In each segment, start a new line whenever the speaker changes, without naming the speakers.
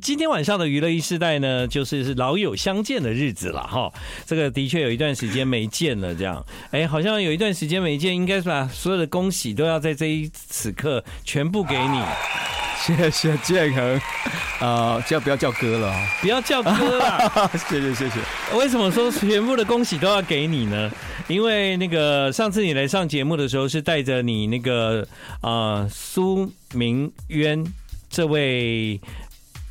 今天晚上的娱乐一世代呢，就是是老友相见的日子了哈。这个的确有一段时间没见了，这样，哎，好像有一段时间没见，应该是把所有的恭喜都要在这一此刻全部给你，
谢谢建恒， 呃，叫不要叫哥了啊、
不要叫哥啊！
谢谢谢谢。
为什么说全部的恭喜都要给你呢？因为那个上次你来上节目的时候，是带着你那个啊苏明渊这位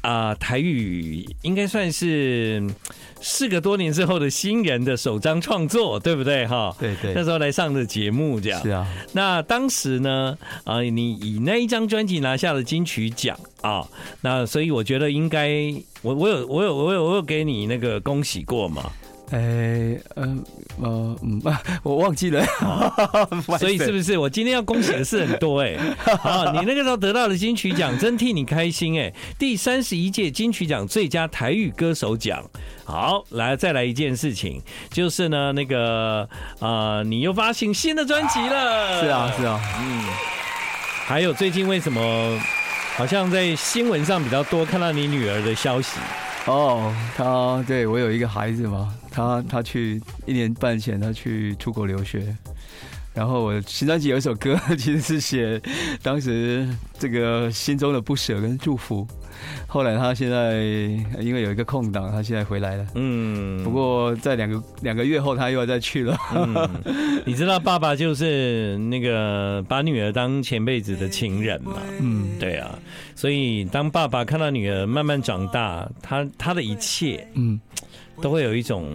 啊、台语应该算是嗯事隔多年之后的新人的首张创作，对不对哈？
对
那
对，
时候来上的节目这样
是。啊，
那当时呢，啊、你以那一张专辑拿下了金曲奖啊、那所以我觉得应该，我我有我有我有我有给你那个恭喜过嘛，
哎、呃呃嗯啊，我忘 记了，
所以是
是？
不是我今天要恭喜的事很 多哎、啊，你那个时候得到了金曲奖，真替你开心哎、第三十一届金曲奖最佳台语歌手奖。好，来再来一件事情，就是呢那个啊，你又发行新的专辑了，
是啊是啊，
还有最近为什么好像在新闻上比较多看到你女儿的消息？
哦，他对我有一个孩子嘛，他他去一年半前他去出国留学。然后我新专辑有一首歌， 其实是写当时这个心中的不舍跟祝福。后来他现在因为有一个空档，他现在回来了。
嗯，
不过在两个两个月后，他又要再去了。
嗯 你知道爸爸就是那个把女儿当前辈子的情人嘛？
嗯
对啊，所以当爸爸看到女儿慢慢长大，他他的一切
嗯，
都会有一种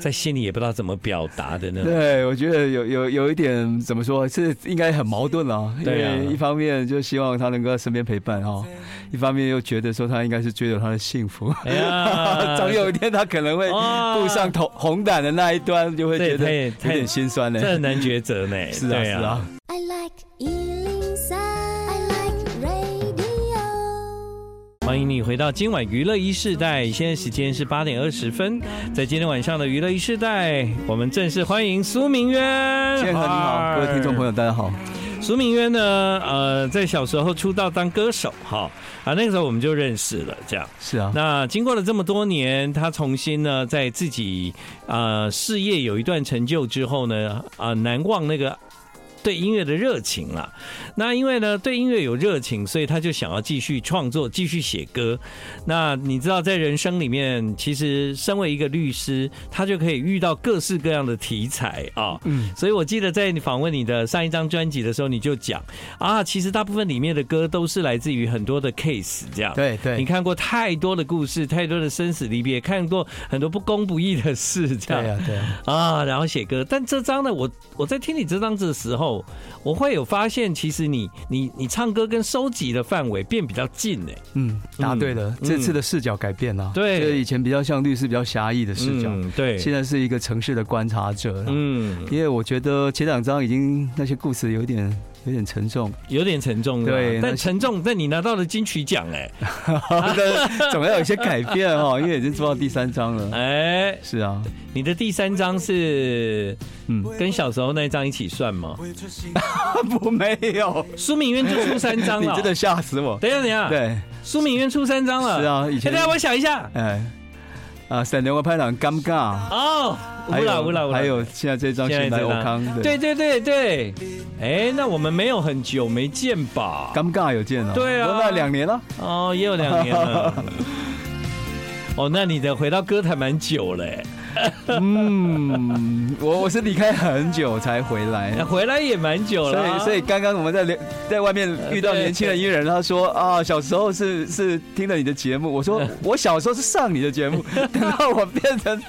在心里也不知道怎么表达的那种。
对，我觉得有有有一点怎么说，是应该很矛盾啊。因
对啊
为一方面就希望他能够在身边陪伴哈，一方面又觉得说他应该是追求他的幸福。
哎呀
总有一天他可能会
哇
步上红红毯的那一端，就会觉得
对
有
太太
点心酸呢。
这很难抉择呢。
是啊
对
是啊，
I like Ealing Sound. I like radio.
欢迎你回到今晚娱乐一世代，现在时间是八点二十分。在今天晚上的娱乐一世代，我们正式欢迎苏明渊。
建恒你好，各位听众朋
友。
友大家好。
苏明渊呢，呃，在小时候出道当歌手，哈啊，那个时候我们就认识了，这样。
是啊，
那经过了这么多年，他重新呢，在自己呃事业有一段成就之后呢，啊、难忘那个。对音乐的热情啦、那因为呢对音乐有热情，所以他就想要继续创作，继续写歌。那你知道，在人生里面，其实身为一个律师，他就可以遇到各式各样的题材啊。
嗯
所以我记得在你访问你的上一张专辑的时候，你就讲啊，其实大部分里面的歌都是来自于很多的 case 这样。
对
你
对
看过太多的故事，太多的生死离别，看过很多不公不义的事，这
对
样
啊对啊。
啊，然后写歌。但这张呢，我我在听你这张的时候，我会有发现，其实你你你唱歌跟收集的范围变比较近哎，
嗯，答对了，
嗯
这次的视角改变了、
对
就是以前比较像律师比较狭义的视角，
嗯对，
现在是一个城市的观察者。嗯，
嗯，
因为我觉得前两章已经那些故事有点有点沉重，
有点沉重，是
对
吧
那
但沉重，但你拿到了金曲奖哎，
但是总要有一些改变 哦，因为已经做到第三章了。
哎，
是 啊，
你的第三张是
嗯，
跟小时候那一张一起算吗？
我没有，
苏明渊就出三张
你
了，
真的吓死我。
等一下等一下，，
对，
苏明渊出三张了，
是啊，以
哎
前
等一下我想一下。
哎啊，闪电我拍档尴尬，
哦，无啦无啦无啦，
还有现在这张
现在
新来
这
欧
张
康，
对对对对，哎，那我们没有很久没见吧？
尴尬有见了，
对啊
我那两年了。
哦，也有两年 了。哦，那你的回到歌坛蛮久嘞，
嗯，我我是离开很久才回 来。
回来也蛮久了
所
啊、
以，所以刚刚我们在聊在外面遇到
对
年轻的艺人，他说啊，小时候是是听了你的节目，我说我小时候是上你的节目，等到我变成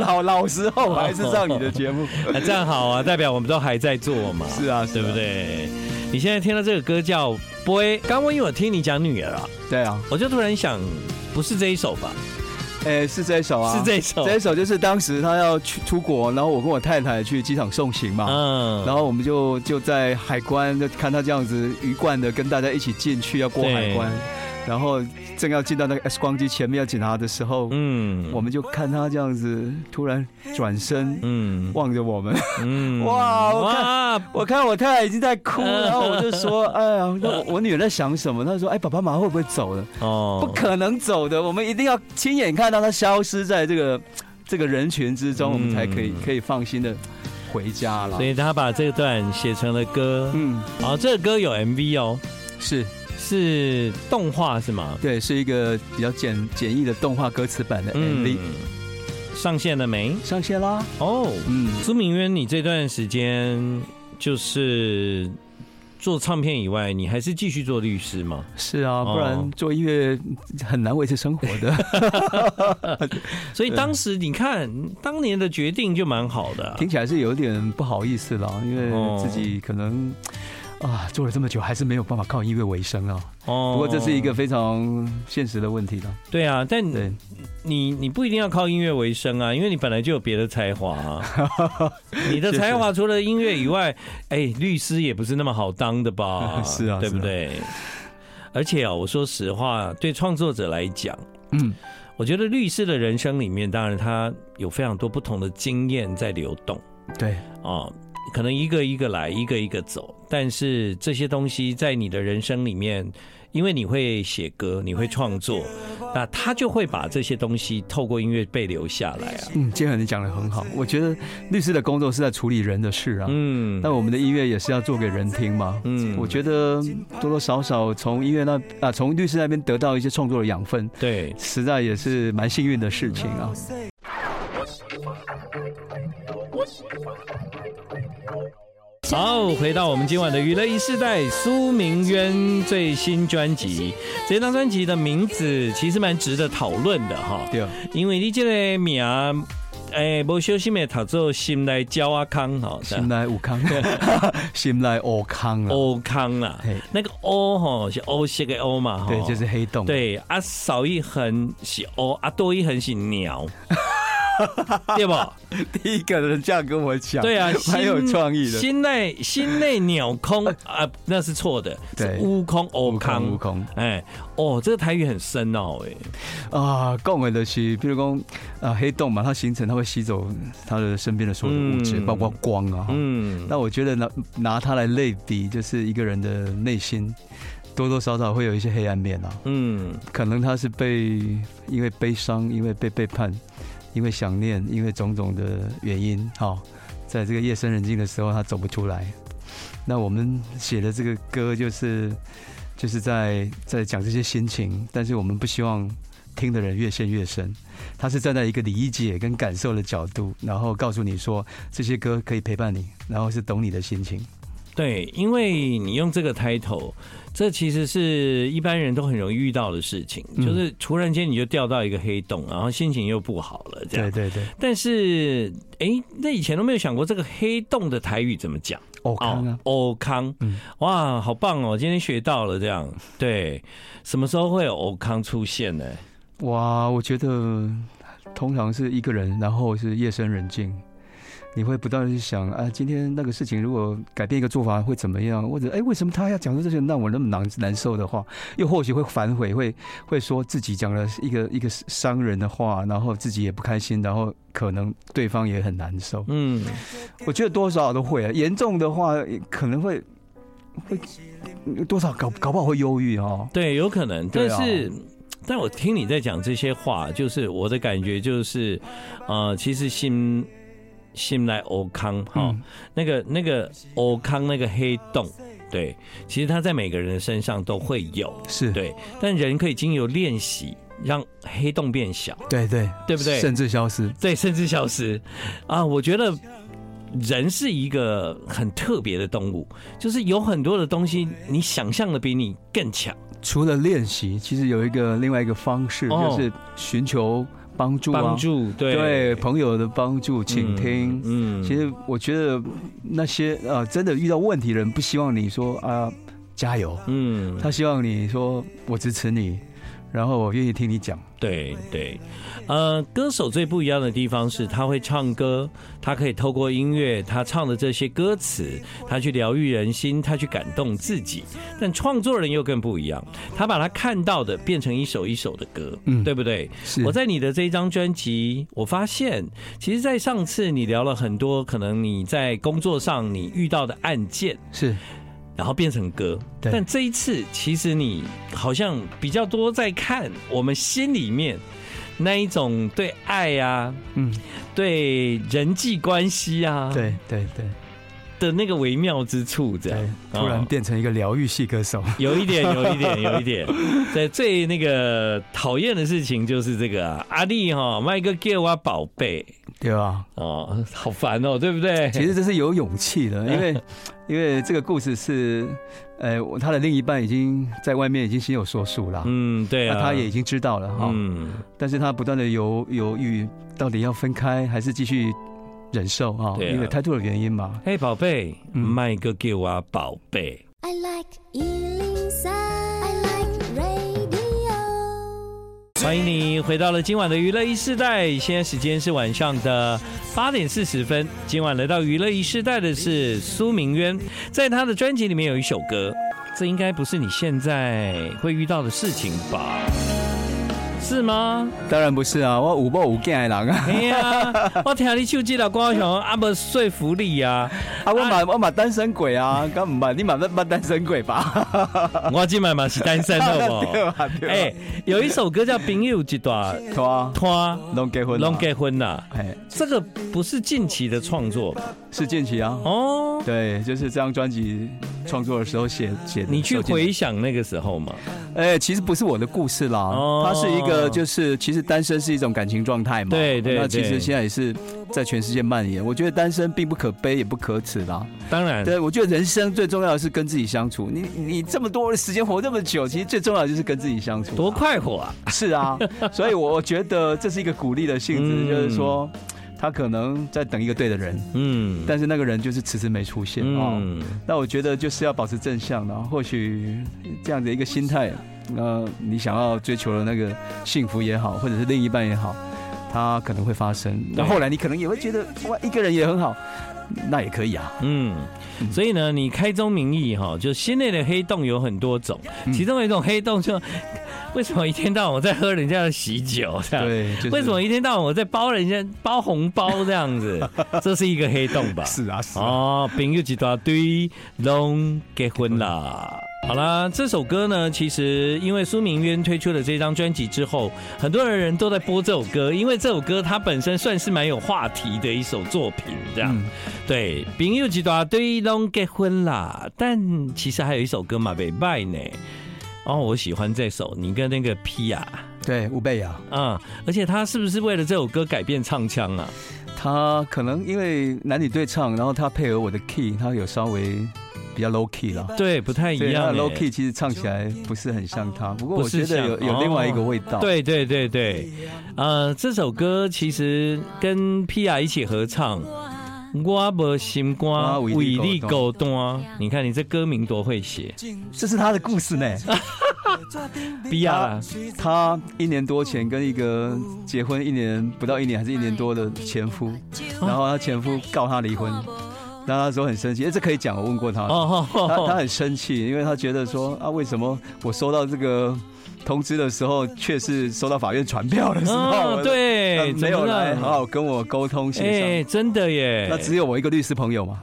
老老时候，我还是上你的节 目。
那这样好啊，代表我们都还在做嘛，
是啊，
对
是啊
不？对？你现在听到这个歌叫《Boy》，刚刚因为我听你讲女儿啊，
对啊，
我就突然想，不是这一首吧？
哎，是这一首啊，
是这一首
这一首就是当时他要去出国，然后我跟我太太去机场送行嘛，
嗯，
啊然后我们就就在海关就看他这样子鱼贯的跟大家一起进去，要过海关。然后正要进到那个 X 光机前面要检查的时候，
嗯，
我们就看他这样子突然转身
嗯
望着我们，
嗯
哇我看
哇，
我看我太太已经在哭，然后我就说，哎呀， 那我我女儿在想什么？她说，哎，爸爸妈妈会不会走了？
哦，
不可能走的，我们一定要亲眼看到她消失在这个这个人群之中，我们才可以
嗯
可以放心的回家了
所。以他把这段写成了歌。
啊嗯，
好，这个歌有 MV 哦，
是
是动画是吗？
对，是一个比较简简易的动画歌词版的 MV，、
上线了没？
嗯上线啦。
哦，
嗯，
朱明渊，你这段时间就是做唱片以外，你还是继续做律师吗？
是啊，
哦
不然做音乐很难维持生活的。
所以
呃
当时你看当年的决定就蛮好的啊、
听起来是有点不好意思啦，因
哦
为自己可能啊做了这么久，还是没有办法靠音乐为生啊。
哦
不过这是一个非常现实的问题了。
对啊，但
对，
你你不一定要靠音乐为生啊，因为你本来就有别的才华、啊。 你的才华除了音乐以外，哎、律师也不是那么好当的吧？
是啊
对不
是啊
对？而且啊，我说实话，对创作者来讲，
嗯，
我觉得律师的人生里面，当然他有非常多不同的经验在流动
对，
啊、可能一个一个来，一个一个走。但是这些东西在你的人生里面，因为你会写歌，你会创作，那他就会把这些东西透过音乐被留下来啊。
嗯，建恒你讲的很好，我觉得律师的工作是在处理人的事啊。
嗯，
那我们的音乐也是要做给人听嘛。
嗯
我觉得多多少少从音乐那啊，从律师那边得到一些创作的养分，
对，
实在也是蛮幸运的事情啊。
嗯好，回到我们今晚的娱乐一世代，苏明渊最新专辑，这张专辑的名字其实蛮值得讨论的哈。
对，
因为你这个名，哎、无小心的读做心来焦阿康哈，
心来 五康，心来欧康啊。
欧康啦
嘿，
那个欧哈是欧色的欧嘛，哈
对，就是黑洞。，
哦对啊，少一横是欧，啊多一横是 鸟，对不？
第一个人这样跟我讲，
对啊，
蛮有
心
创意的。呃
心内心内鸟空啊，那是错的，是
对
乌空欧
悟空，悟
康。
空
哎，哦，这个台语很深奥哎，
啊，共的东西，比如说啊，黑洞嘛，它形成，它会吸走它的身边的所有的物质，
嗯
包括光啊。
嗯，
那我觉得拿拿它来类比，就是一个人的内心多多少少会有一些黑暗面啊。
嗯，
可能他是被因为悲伤，因为被背叛，因为想念，因为种种的原因，哈、在这个夜深人静的时候，他走不出来。那我们写的这个歌就是就是在在讲这些心情，但是我们不希望听的人越陷越深。他是站在一个理解跟感受的角度，然后告诉你说这些歌可以陪伴你，然后是懂你的心情。
对，因为你用这个 title，这其实是一般人都很容易遇到的事情，
嗯
就是突然间你就掉到一个黑洞，然后心情又不好了，这样。
对对对，
但是，哎，那以前都没有想过这个黑洞的台语怎么讲。
哦，看啊，
欧康
嗯，
哇，好棒哦！今天学到了，这样对，什么时候会有欧康出现呢？
哇，我觉得通常是一个人，然后是夜深人静，你会不断的去想啊，今天那个事情如果改变一个做法会怎么样，或者哎，为什么他要讲出这些让我那么难难受的话？又或许会反悔，会会说自己讲了一个一个伤人的话，然后自己也不开心，然后可能对方也很难受。
嗯，
我觉得多少都会啊，严重的话可能会会多少搞搞不好会忧郁哦。
对，有可能，但
对啊
是。但我听你在讲这些话，就是我的感觉就是，呃，其实心心来欧康哈、
嗯
那个那个欧康那个黑洞，对，其实它在每个人的身上都会有，
是
对，但人可以经由练习让黑洞变小，
对对
对不对
甚至消失。
对，甚至消失啊！我觉得人是一个很特别的动物，就是有很多的东西你想象的比你更强，
除了练习，其实有一个另外一个方式，
哦
就是寻求帮助啊，
帮助对
对朋友的帮助、倾听。
嗯，
其实我觉得那些呃，真的遇到问题的人，不希望你说啊、加油，
嗯，
他希望你说我支持你，然后我愿意听你讲。
对对，呃，歌手最不一样的地方是他会唱歌，他可以透过音乐，他唱的这些歌词，他去疗愈人心，他去感动自己。但创作人又更不一样，他把他看到的变成一首一首的歌，
嗯
对不对？
是
我在你的这一张专辑，我发现，其实，在上次你聊了很多，可能你在工作上你遇到的案件，
是
然后变成歌。
对
但这一次，其实你好像比较多在看我们心里面那一种对爱啊、
嗯，
对人际关系啊
对对对
的那个微妙之处，这样
对，突然
哦
变成一个疗愈系歌手。
有一点，有一点，有一点。对，最那个讨厌的事情就是这个啊，阿丽哈，卖个给我宝贝。
对吧？
哦，好烦哦，对不对？
其实这是有勇 气的，因为因为这个故事是，呃，我他的另一半已经在外面已经心有所属了，
嗯，对
那
啊，
他也已哦经知道了哈，
嗯，
但是他不断的犹犹豫，到底要分开还是继续忍受哈，
对啊
因为态度的原因嘛。
嘿，宝贝，
嗯
卖个给我宝贝。
I like Ealing Sound. I like radio.
欢迎你回到了今晚的娱乐一世代，现在时间是晚上的八点四十分。今晚来到娱乐一世代的是苏明渊，在他的专辑里面有一首歌，这应该不是你现在会遇到的事情吧？是吗？
当然不是啊，我五爆五干 狼啊，
哎呀，我听你手机了，光想阿啊不说服你 呀、
啊我买我买单身鬼啊，干嘛你买买单身鬼吧？
啊，我今晚嘛是单身了
对
不？
吧？
哎、
对吧？
有一首歌叫《朋友一 段
拖啊，
拖
拢结婚了，啊
拢结婚啦，
哎，
这个不是近期的创作吧
是建奇啊，
哦。
对，就是这张专辑创作的时候写写的。
你去
收进
回想那个时候嘛？
哎、其实不是我的故事啦，
哦
它是一个就是其实单身是一种感情状态嘛，
对对
那其
对
实现在也是在全世界蔓延。我觉得单身并不可悲也不可耻啦。
当然，
对，我觉得人生最重要的是跟自己相处。你你这么多的时间活这么久，其实最重要的就是跟自己相处。
多！快活啊！
是啊，所以我觉得这是一个鼓励的性质，
嗯
就是说他可能在等一个对的人，
嗯，
但是那个人就是迟迟没出现啊。
嗯，
那我觉得就是要保持正向然后或许这样的一个心态，呃，你想要追求的那个幸福也好，或者是另一半也好，它可能会发生。那后来你可能也会觉得哇，一个人也很好，那也可以啊。
嗯，所以呢，你开宗明义哈，就心内的黑洞有很多种，
嗯
其中有一种黑洞就为什么一天到晚我在喝人家的喜酒这样？
对，就是、
为什么一天到晚我在包人家包红包这样 子？这是一个黑洞吧？
是啊？是啊，
哦，朋友一大堆拢结婚啦。
嗯
好啦，这首歌呢，其实因为苏明渊推出了这张专辑之后，很多人都在播这首歌，因为这首歌它本身算是蛮有话题的一首作品，这样。
嗯
对，朋友一大堆拢结婚啦，但其实还有一首歌嘛，袂歹呢。哦，我喜欢这首，你跟那个 P 呀，
对，吴贝雅，
啊，而且他是不是为了这首歌改变唱腔啊？
嗯他可能因为男女对唱，然后他配合我的 key，他有稍微比较 low key 啦。
对，不太一
对，
样
他
欸。
的 low key 其实唱起来不是很像他，不过
不
我
是
觉得有
像
有另外一个
哦
味道。
对对对对，呃，这首歌其实跟 Pia 一起合唱。我无心肝，
我
为
为
你
你
孤
孤
单。你看你这歌名多会写
这是他的故事呢。
，Pia 啦，
他一年多前跟一个结婚一年不到一年还是一年多的前夫，
哦
然后他前夫告他离婚，然后他说很生气，哎，这可以讲，我问过他，
哦哦
他他很生气，因为他觉得说啊，为什么我收到这个通知的时候，却是收到法院传票的时候，
哦，对，
没
怎
有
么
来
了
好好跟我沟通协商，
哎，真的耶，
那只有我一个律师朋友嘛，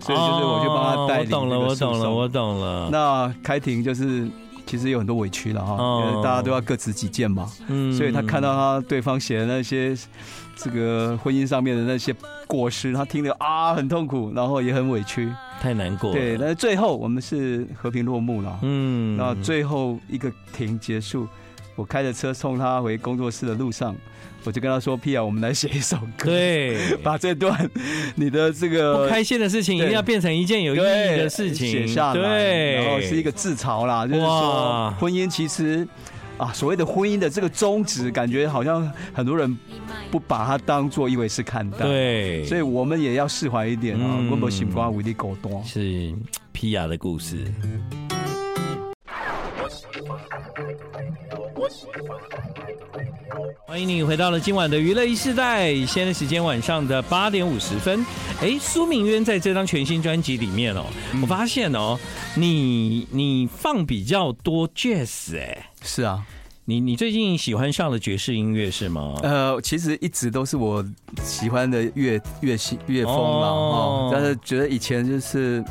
所以就是我就帮他代理
哦我懂了，
那个
我
诉讼
懂了，我懂了。
那开庭就是其实有很多委屈了哈，
哦
因为大家都要各执己见嘛，
嗯
所以他看到他对方写的那些这个婚姻上面的那些过失，他听了啊很痛苦，然后也很委屈。
太难过了，
对，但是最后我们是和平落幕了。
哦嗯
那最后一个庭结束，我开着车送他回工作室的路上，我就跟他说：“屁啊，我们来写一首歌，
对
把这段你的这
不
个
开心的事情一定要变成一件有意义
对
的事情，
写下来，
对，
然后是一个自嘲啦，就是
哇
说婚姻其实啊，所谓的婚姻的这个宗旨，感觉好像很多人不把它当做一回事看待，，
对，
所以我们也要释怀一点啊
嗯，
我们心瓜无力狗多。
是皮亚的故事。欢迎你回到了今晚的娱乐一世代，现在时间晚上的八点五十分。哎，苏明渊在这张全新专辑里面哦，
嗯
我发现哦，你你放比较多 jazz 哎，
是啊，
你你最近喜欢上了爵士音乐是吗？
呃，其实一直都是我喜欢的乐乐系乐风嘛，
哦
哦，但是觉得以前就是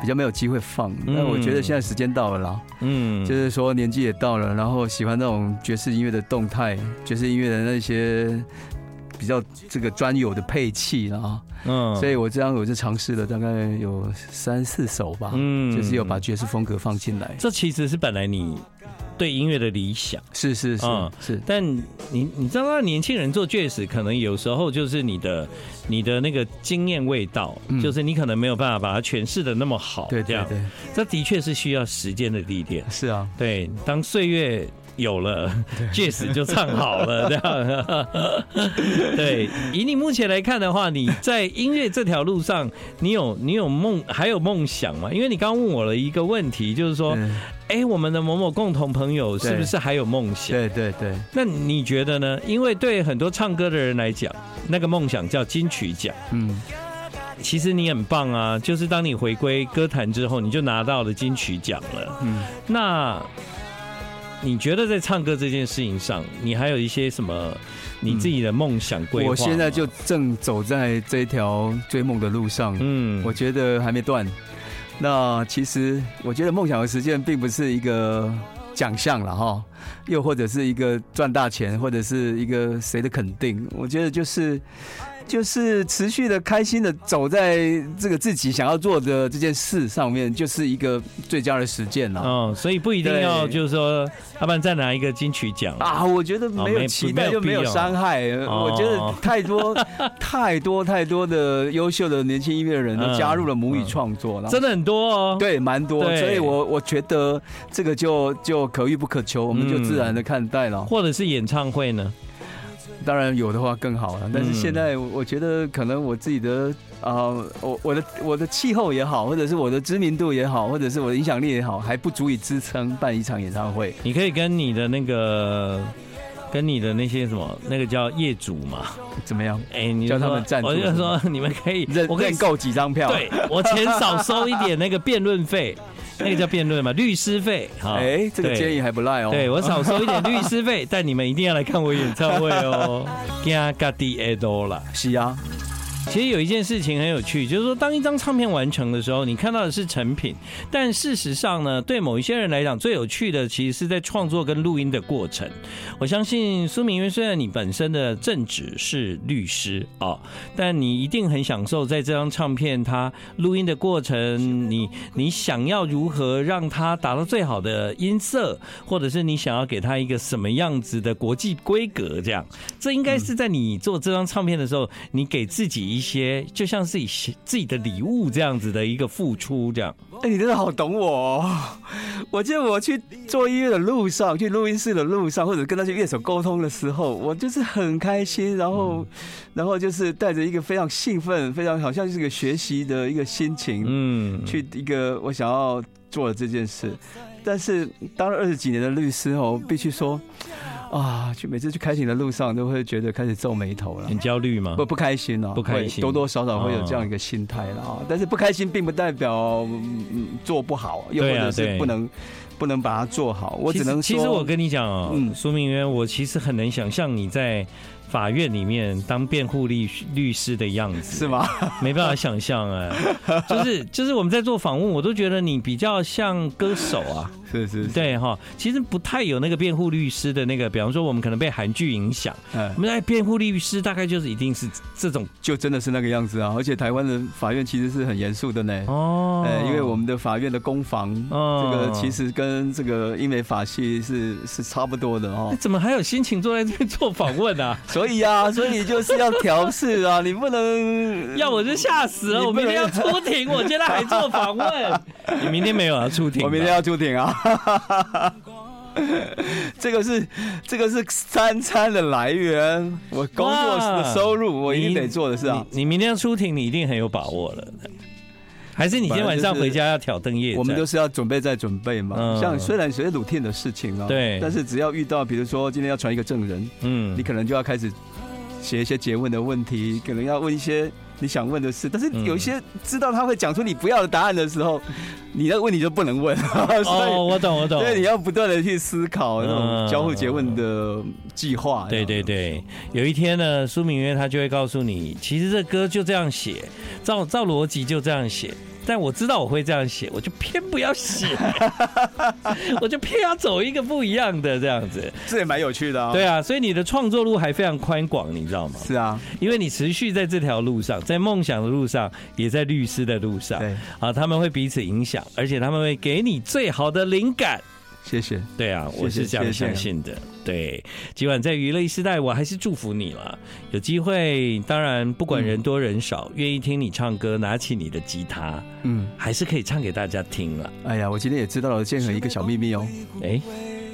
比较没有机会放，但我觉得现在时间到了啦，
嗯，
就是说年纪也到了，然后喜欢那种爵士音乐的动态，爵士音乐的那些比较这个专有的配器啦，
嗯
所以我这样我就尝试了大概有三四首吧，
嗯
就是有把爵士风格放进来，
这其实是本来你对音乐的理想。
是是是
嗯
是，
但你你知道，年轻人做爵士，可能有时候就是你的你的那个经验味道，
嗯
就是你可能没有办法把它诠释的那么好。
对
这
对
样，
对，
这的确是需要时间的历练。
是啊，
对，当岁月有 了，爵士就唱好了。这样， 对，以你目前来看的话，你在音乐这条路上，你有你有梦，还有梦想吗？因为你刚问我了一个问题，就是说，
嗯
哎、我们的某某共同朋友是不是还有梦想？
对对对。
那你觉得呢？因为对很多唱歌的人来讲，那个梦想叫金曲奖。
嗯，
其实你很棒啊，就是当你回归歌坛之后，你就拿到了金曲奖了。
嗯，
那你觉得在唱歌这件事情上，你还有一些什么你自己的梦想规划、
嗯我现在，就正走在这条追梦的路上，
嗯
我觉得还没断。那其实我觉得梦想的实现并不是一个奖项了哈，又或者是一个赚大钱，或者是一个谁的肯定。我觉得就是就是持续的开心的走在这个自己想要做的这件事上面，就是一个最佳的实践了。
哦，所以不一定
对
要就是说，要不然再拿一个金曲奖。
啊，我觉得没
哦没
有期
没
待
有
就啊没有
必要
伤害。
哦
我觉得太多 太多太多的优秀的年轻音乐人
嗯
都加入了母语创作了。
真的很多哦，
对，蛮多，
对
所以我我觉得这个就就可遇不可
嗯
求，我们就自然的看待了。
或者是演唱会呢？
当然有的话更好了，但是
嗯
现在我觉得可能我自己的啊、呃我我的我的气候也好，或者是我的知名度也好，或者是我的影响力也好，还不足以支撑办一场演唱会。
你可以跟你的那个，跟你的那些什么，那个叫业主嘛，
怎么样？
哎、你
叫他
说
们赞助
我就是说
吗
你们可以，
认
我可以
认购啊几张票？
对我钱少收一点那个辩论费，那个叫辩论嘛，律师费哈。
哎，这个建议还不赖哦。
对。对我少收一点律师费，但你们一定要来看我演唱会哦。加嘎迪埃多啦。
是啊，
其实有一件事情很有趣，就是说，当一张唱片完成的时候，你看到的是成品，但事实上呢，对某一些人来讲，最有趣的其实是在创作跟录音的过程。我相信苏明渊，虽然你本身的正职是律师啊、哦但你一定很享受在这张唱片它录音的过程，你你想要如何让它达到最好的音色，或者是你想要给它一个什么样子的国际规格，这样。这应该是
嗯
在你做这张唱片的时候，你给自己一些，就像是自己自己的礼物这样子的一个付出，这样。
哎，你真的好懂我、哦。 我记得我去做音乐的路上，去录音室的路上，或者跟那些乐手沟通的时候，我就是很开心，然后，然后就是带着一个非常兴奋、非常好像是个学习的一个心情，
嗯，
去一个我想要做的这件事。但是当了二十几年的律师哦，我必须说，啊，去每次去开庭的路上都会觉得开始皱眉头了。
很焦虑吗
不？不开心哦，
不开心哦
会多多少少会有这样一个心态啦、啊。但是不开心并不代表、嗯嗯做不好，又或
对啊
者
对
是不能不能把它做好。我
其
只
实
能说，
其实我跟你讲哦、
嗯
苏明渊，我其实很能想象你在法院里面当辩护律律师的样子，
是吗？
没办法想象 哎、就是就是我们在做访问，我都觉得你比较像歌手啊。
是是，
对哈，其实不太有那个辩护律师的那个，比方说我们可能被韩剧影响，我
嗯，
们在辩护律师大概就是一定是这种
就真的是那个样子啊。而且台湾的法院其实是很严肃的呢。
哦
呃，因为我们的法院的攻防，
哦
这个其实跟这个英美法系是是差不多的哦
哎。怎么还有心情坐在这边做访问 啊？
所以啊，所以就是要调试啊，你不能
要我就吓死了！
你
我
不
明
能
天要出庭，我现在还做访 问。你明天没有要出庭吧？
我明天要出庭啊！ 这个是这个是三餐的来源，我工作的收入，我一定得做的事啊。
你。你你明天要出庭，你一定很有把握了。还是你今天晚上回家要挑灯夜战？
我们都是要准备再准备嘛。
嗯
像虽然随鲁 routine 的事情啊，
对
但是只要遇到比如说今天要传一个证人，
嗯
你可能就要开始写一些诘问的问题，可能要问一些你想问的事。但是
嗯
有一些知道他会讲出你不要的答案的时候，你的问题就不能问， 所以。
哦，我懂我懂，
对，你要不断的去思考那
嗯
种交互诘问的计划。
对对对，有一天呢，苏明月他就会告诉你，其实这歌就这样写，照照逻辑就这样写。但我知道我会这样写，我就偏不要写， 我就偏要走一个不一样的这样子。
这也蛮有趣的啊。
对，啊，所以你的创作路还非常宽广，你知道吗？
是啊，
因为你持续在这条路上，在梦想的路上，也在律师的路上。
对，
啊，他们会彼此影响，而且他们会给你最好的灵感。
谢谢。
对啊，
谢谢
我是这样
谢谢
相信的。对，今晚在娱乐时代，我还是祝福你了。有机会，当然不管人多人少，愿意听你唱歌，拿起你的吉他，
嗯，
还是可以唱给大家听啊了。
哎呀，我今天也知道了建恒一个小秘密哦。
哎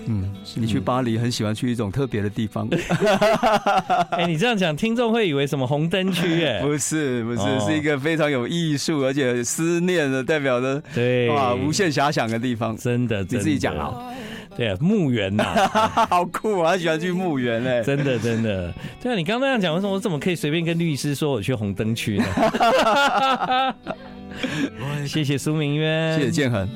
嗯，你去巴黎很喜欢去一种特别的地 方，
哎，你这样讲，听众会以为什么红灯区？哎，
不是不是，
哦
是一个非常有艺术而且思念的代表的
对，
哇无，限遐想的地方，
真的，
你自己讲
啊。对啊，墓园呐、
好酷啊！他喜欢去墓园哎，
真的真的，对啊，你刚刚那样讲，为什么我怎么可以随便跟律师说我去红 灯区呢？谢谢苏明渊，
谢谢建恒。